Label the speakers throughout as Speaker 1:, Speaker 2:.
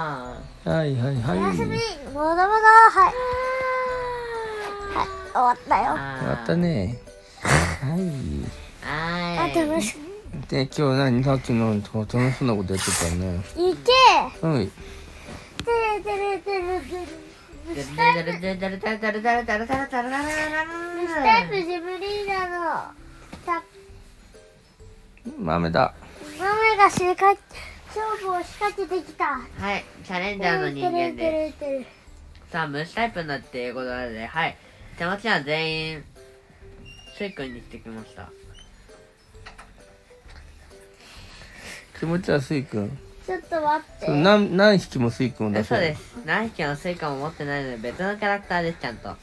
Speaker 1: はいはいは
Speaker 2: お
Speaker 1: い
Speaker 2: やすみ
Speaker 1: 終
Speaker 2: 子供がはいはい終わったよあ
Speaker 1: わったねはい
Speaker 3: はーい。
Speaker 2: 楽しく
Speaker 1: で今日何さっきのと楽しそうなことやってたね
Speaker 2: 行け
Speaker 1: はい
Speaker 2: てれてれてれてれ
Speaker 3: ダルダルダルダルダルダルダルダルダルダルダル
Speaker 2: タイプジブリーナのた
Speaker 1: 豆だ
Speaker 2: ママがしか勝負を仕掛けてきた
Speaker 3: はい、チャレンジ
Speaker 2: て
Speaker 3: ャーの
Speaker 2: れ
Speaker 3: 人
Speaker 2: てれ
Speaker 3: 間
Speaker 2: て
Speaker 3: で
Speaker 2: れてれ
Speaker 3: す。さあ、虫タイプになっていうことなので、はい。手持ちは全員、スイ君にしてきました。
Speaker 1: 気持ちはスイくん
Speaker 2: ちょっと待って
Speaker 1: その何何匹もスイくんを
Speaker 3: え
Speaker 1: 出せ
Speaker 3: そう
Speaker 1: る
Speaker 3: です。何匹のスイカも持ってないので、別のキャラクターです、ちゃんと。
Speaker 1: は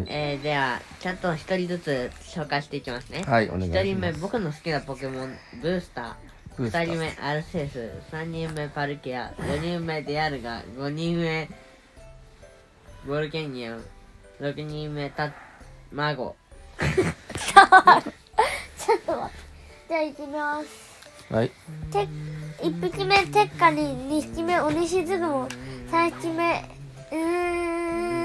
Speaker 1: い
Speaker 3: えー、では、ちゃんと一人ずつ紹介していきますね。
Speaker 1: はいお願いします
Speaker 3: 一人目、僕の好きなポケモン、ブースター。
Speaker 1: ブースター
Speaker 3: 二人目、アルセウス。三人目、パルケア。四人目、デアルガ。五人目、ボルケンニアン。六人目、タマゴ。
Speaker 2: ちょっと待ってじゃあ行きます
Speaker 1: はい
Speaker 2: て1匹目テッカリン2匹目オニシズグモ3匹目う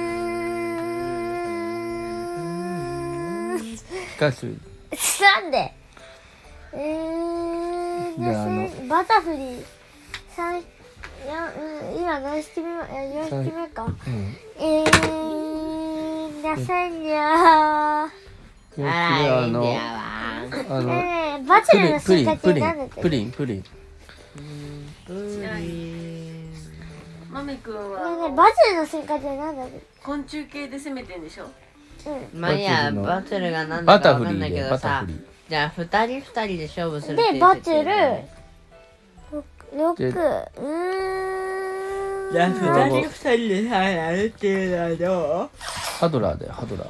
Speaker 2: ーん
Speaker 1: ピカチュウ
Speaker 2: なんでえー、
Speaker 1: じゃああの
Speaker 2: せバタフリー三いや、うん、今何匹目え4匹目か
Speaker 1: うん
Speaker 2: えー、なせんにゃ
Speaker 1: 四匹目
Speaker 3: あら、
Speaker 1: はあ
Speaker 3: いいんだ
Speaker 1: の
Speaker 3: よわー。
Speaker 1: あ
Speaker 2: ー
Speaker 1: の
Speaker 2: ねえねえバチェルの
Speaker 1: プ
Speaker 2: 進
Speaker 1: リ
Speaker 2: 化
Speaker 1: ンプ
Speaker 2: 系
Speaker 1: リ
Speaker 2: なんだ
Speaker 1: ン
Speaker 2: っ
Speaker 1: プ
Speaker 2: け
Speaker 1: リンプリン
Speaker 4: マミ君
Speaker 2: ねえねえ
Speaker 4: は
Speaker 2: バチェルの進化系なんだっ
Speaker 4: 昆虫系で攻めてんでしょ
Speaker 2: けうん
Speaker 3: まあ、いいや、
Speaker 1: バ
Speaker 3: バトルが何
Speaker 1: バ
Speaker 3: だか
Speaker 1: タ
Speaker 3: わ
Speaker 1: フ
Speaker 3: か
Speaker 1: リ
Speaker 3: んな
Speaker 1: ー
Speaker 3: いけ
Speaker 1: で
Speaker 3: ど
Speaker 1: バ
Speaker 3: さ
Speaker 1: タフリ。ー
Speaker 3: じゃあ、二人二人で勝負するっていう
Speaker 2: でバチ
Speaker 3: 設
Speaker 2: ェ
Speaker 3: 定だ
Speaker 2: ル
Speaker 3: ね
Speaker 2: 六
Speaker 1: で
Speaker 2: うーん
Speaker 3: じゃあ、二人二人でさ、やるっていうのはどう
Speaker 1: ハドラーだよハドラー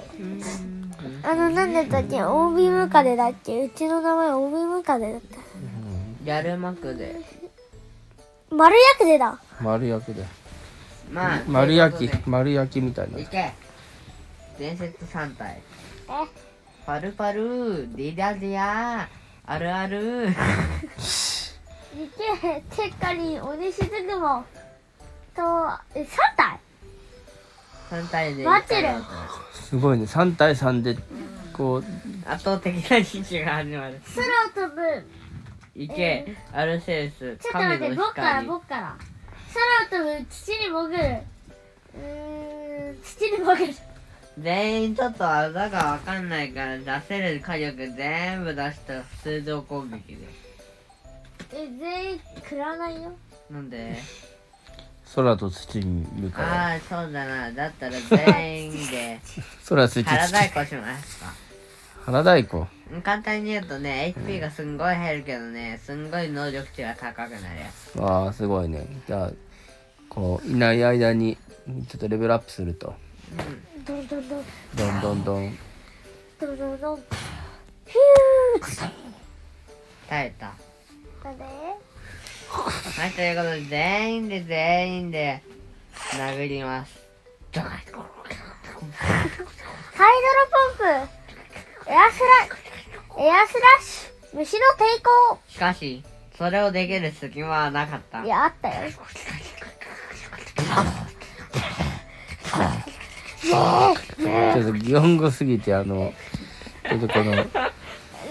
Speaker 2: あのなんだったっけオービムカデだっけうちの名前オービムカデだった
Speaker 3: ギャルマクで。
Speaker 2: 丸薬膳だ
Speaker 1: 丸焼きだよ
Speaker 3: まあ、
Speaker 1: 丸
Speaker 3: とい
Speaker 1: 焼
Speaker 3: う
Speaker 1: き
Speaker 3: こ
Speaker 1: 丸焼きみたい
Speaker 3: と
Speaker 1: な
Speaker 3: でいけ。伝説三体。
Speaker 2: え
Speaker 3: パルパル、ディダディア、あるある。
Speaker 2: いけテッカリンオニシズグモとえ三体
Speaker 3: 三体で。
Speaker 2: バチェル
Speaker 1: すごいね3対3でこう
Speaker 3: 圧倒的な人気が始まる。
Speaker 2: 空を飛ぶ
Speaker 3: いけ、アルセウス、
Speaker 2: ちょっと
Speaker 3: 亀
Speaker 2: 待っ
Speaker 3: の
Speaker 2: て僕から
Speaker 3: 光。
Speaker 2: 僕から空を飛ぶ土に潜るうーん土に潜る
Speaker 3: 全員ちょっと技がわかんないから出せる火力全部出した普通の攻撃で。
Speaker 2: え全員食らわないよ
Speaker 3: なんで
Speaker 1: 空と土に向かう
Speaker 3: ああ、そうだな。だったら全員で
Speaker 1: 空土
Speaker 3: 腹太
Speaker 1: 土
Speaker 3: 鼓しますか。
Speaker 1: 原太鼓
Speaker 3: 簡単に言うとね HP がすんごい減るけどねすんごい能力値が高くなるやつ
Speaker 1: わあすごいねじゃあこういない間にちょっとレベルアップすると
Speaker 2: どんどんどん
Speaker 1: どんどんどん
Speaker 2: どんどんどんヒュー
Speaker 3: 耐えた
Speaker 2: なんで
Speaker 3: はいということで全員で全員で殴りますドカン
Speaker 2: ハイドロポンプエアスラエアスラッシュ虫の抵抗
Speaker 3: しかしそれをできる隙間はなかった
Speaker 2: いや、あったよ。ね
Speaker 1: ちょっと擬音語すぎてあのちょっとこの
Speaker 2: え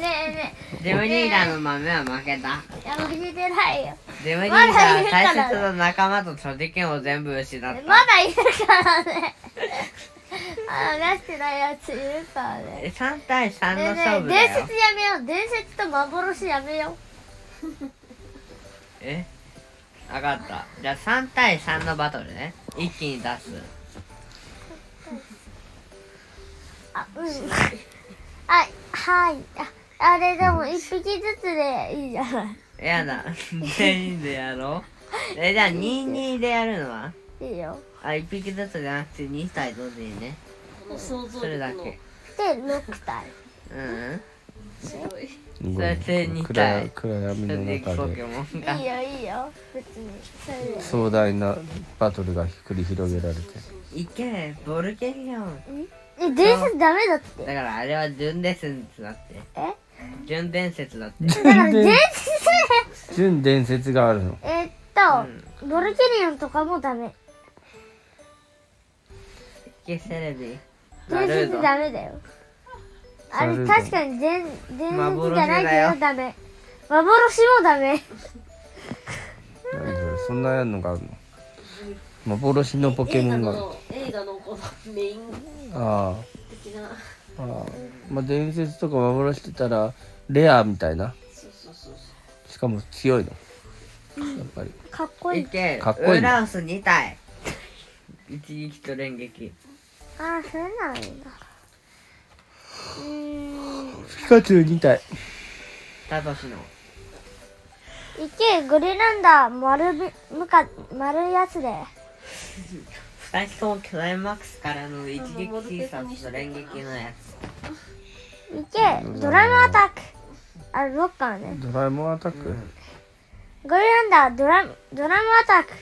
Speaker 2: ね
Speaker 3: デムリーダーの豆は負けた
Speaker 2: え、やばくてないよ。
Speaker 3: デムリーダーは大切な仲間と所持権を全部失っ
Speaker 2: ま
Speaker 3: た
Speaker 2: だいるからね。まだ出してないやついるからね。
Speaker 3: 3対3
Speaker 2: ね
Speaker 3: の
Speaker 2: え
Speaker 3: 勝
Speaker 2: ねえ、
Speaker 3: 負だ
Speaker 2: 伝
Speaker 3: よ
Speaker 2: 説やめよう。伝説と幻やめよ
Speaker 3: え分かったじゃあ3対3のバトルね一気に出す
Speaker 2: う。あ、うん。あ、はい。あ、あれでも一匹ずつでいいじゃない。
Speaker 3: や だ全員でやろうえじゃあ22でやるのはい
Speaker 2: いよ。
Speaker 3: あ1匹ずつじゃなくて2体同時にね
Speaker 4: この想像
Speaker 3: それ
Speaker 4: 力
Speaker 3: だ
Speaker 4: の
Speaker 3: け
Speaker 2: で、6体。
Speaker 3: うん
Speaker 4: すごい
Speaker 1: ご
Speaker 3: れで
Speaker 1: い
Speaker 3: 二
Speaker 1: 暗
Speaker 3: 体
Speaker 1: い暗闇
Speaker 3: それ
Speaker 1: の
Speaker 3: でポ
Speaker 1: 中
Speaker 3: ケ
Speaker 1: で
Speaker 3: モンが
Speaker 2: いいよ、いいよ。別に。それで。
Speaker 1: 壮大なバトルが繰り広げられて
Speaker 3: いけボルケリオン
Speaker 2: え、伝説ダメだっ
Speaker 3: だ
Speaker 2: て。
Speaker 3: からあれは純伝説だって
Speaker 2: え
Speaker 3: 純伝説だって
Speaker 2: だから伝説
Speaker 1: 純伝説があるの
Speaker 2: えっと、ボルケリオンとかもダメ。
Speaker 3: けセレビ
Speaker 2: 伝説ダメだよあれ
Speaker 1: ザルード
Speaker 2: 確かに伝伝説じゃない
Speaker 3: 幻だよ
Speaker 2: けどダメ幻もダメ
Speaker 1: 何それそんなやんのがあるの幻のポケモンがある
Speaker 4: の映画のこのメイン
Speaker 1: あ
Speaker 4: 的な
Speaker 1: あああまあ伝説とか幻ってたらレアみたいな
Speaker 4: そうそうそうそ
Speaker 1: しかも強いのやっぱり
Speaker 2: かっこい
Speaker 3: い
Speaker 2: い
Speaker 3: け
Speaker 1: かっこいいね
Speaker 3: ウラウス2体一撃と連撃
Speaker 2: ああそうなんだうーん
Speaker 1: ピカチュウ2体
Speaker 3: タトシの
Speaker 2: いけゴリランダー丸びむか丸やつで
Speaker 3: 2人ともクライマックスからの一撃必殺と連撃のやつ
Speaker 2: いけドラムアタックあれロッカーね
Speaker 1: ドラえもんアタック、
Speaker 2: ゴリランダードラムドラムアタッ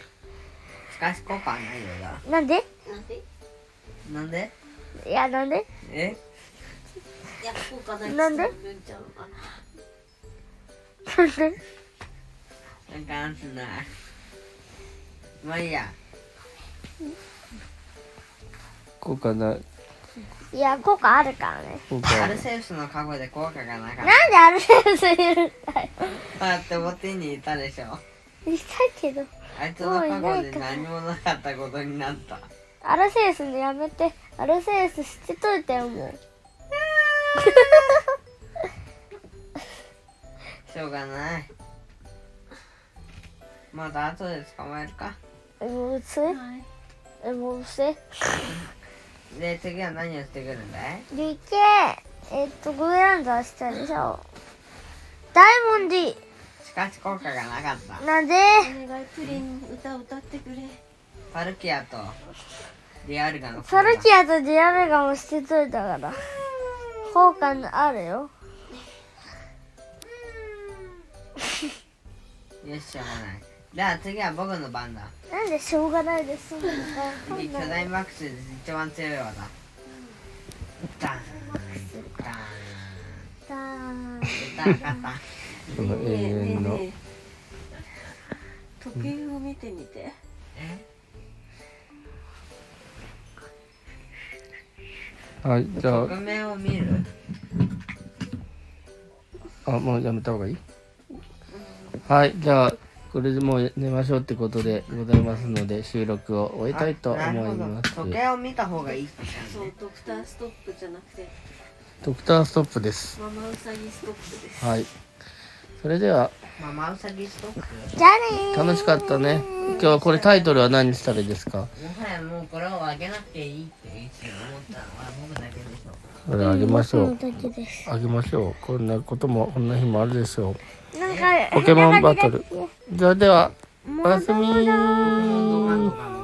Speaker 3: しかし効果はないよな
Speaker 2: クなんで
Speaker 4: うな
Speaker 3: なん
Speaker 4: んでい
Speaker 3: で
Speaker 2: いやなんで
Speaker 3: え
Speaker 4: や効果ない
Speaker 2: なんで
Speaker 4: ルンちゃんは
Speaker 2: なんで
Speaker 3: なんかあんすないまあいいや
Speaker 1: 効果ない
Speaker 2: いや効果あるからね
Speaker 1: 効果
Speaker 3: ア
Speaker 1: あ
Speaker 3: ル
Speaker 1: る
Speaker 3: セウスの過去で効果がなかっ
Speaker 2: なんであれそういうんだよ
Speaker 3: ただって表にいたでしょ
Speaker 2: いたけど
Speaker 3: あいつの過去で何もなかったことになった
Speaker 2: アルセウスのやめてアルセウス捨てといてよも
Speaker 3: しょうがないまた後で捕まえるか
Speaker 2: うもうせ
Speaker 4: い
Speaker 2: えもうせ
Speaker 3: で次は何をしてくるんだい
Speaker 2: でいけえっとゴリランダーしたでしょダイモンデ
Speaker 3: しかし効果がなかった
Speaker 2: ィなんで
Speaker 4: お願いプリン歌歌ってくれ
Speaker 3: パルキアとリアルガの
Speaker 2: サルキアとディアメガも捨てといたから効果あるよ
Speaker 3: アよししょうがないじゃあ次は僕の番だ
Speaker 2: なんでしょうがない ですんの
Speaker 3: 次巨大マックスで一番強い技ダーンダ
Speaker 2: だー
Speaker 3: ーン
Speaker 2: ん
Speaker 3: 歌かっ
Speaker 1: その永遠の
Speaker 4: ねえ時計を見てみて
Speaker 1: はいじ
Speaker 3: た
Speaker 1: ゃ
Speaker 3: 側面を見る
Speaker 1: ああもうやめた方がいいはいじゃあこれでもう寝ましょうってことでございますので収録を終えたいと思
Speaker 3: あ
Speaker 1: い
Speaker 3: な
Speaker 1: ま
Speaker 3: る
Speaker 1: す
Speaker 3: ほど時計を見た方がいいって言った
Speaker 4: そ
Speaker 3: ん
Speaker 4: う
Speaker 3: ね
Speaker 4: ドクターストップじゃなくて
Speaker 1: ドクターストップです
Speaker 4: ママウサギストップです
Speaker 1: はいそれでは
Speaker 3: ママウサギストップ
Speaker 2: じゃあねー
Speaker 1: 楽しかったね今日はこれタイトルは何にしたらいいですか
Speaker 3: もはやもうこれをあげなくていいって一瞬思ったのは僕だけでしょ
Speaker 1: これあげましょう
Speaker 2: 僕の時です
Speaker 1: あげましょうこんなこともこんな日もあるでしょ
Speaker 2: なんか
Speaker 1: ポケモンバトルうそれではおやすみ
Speaker 3: どうなのかな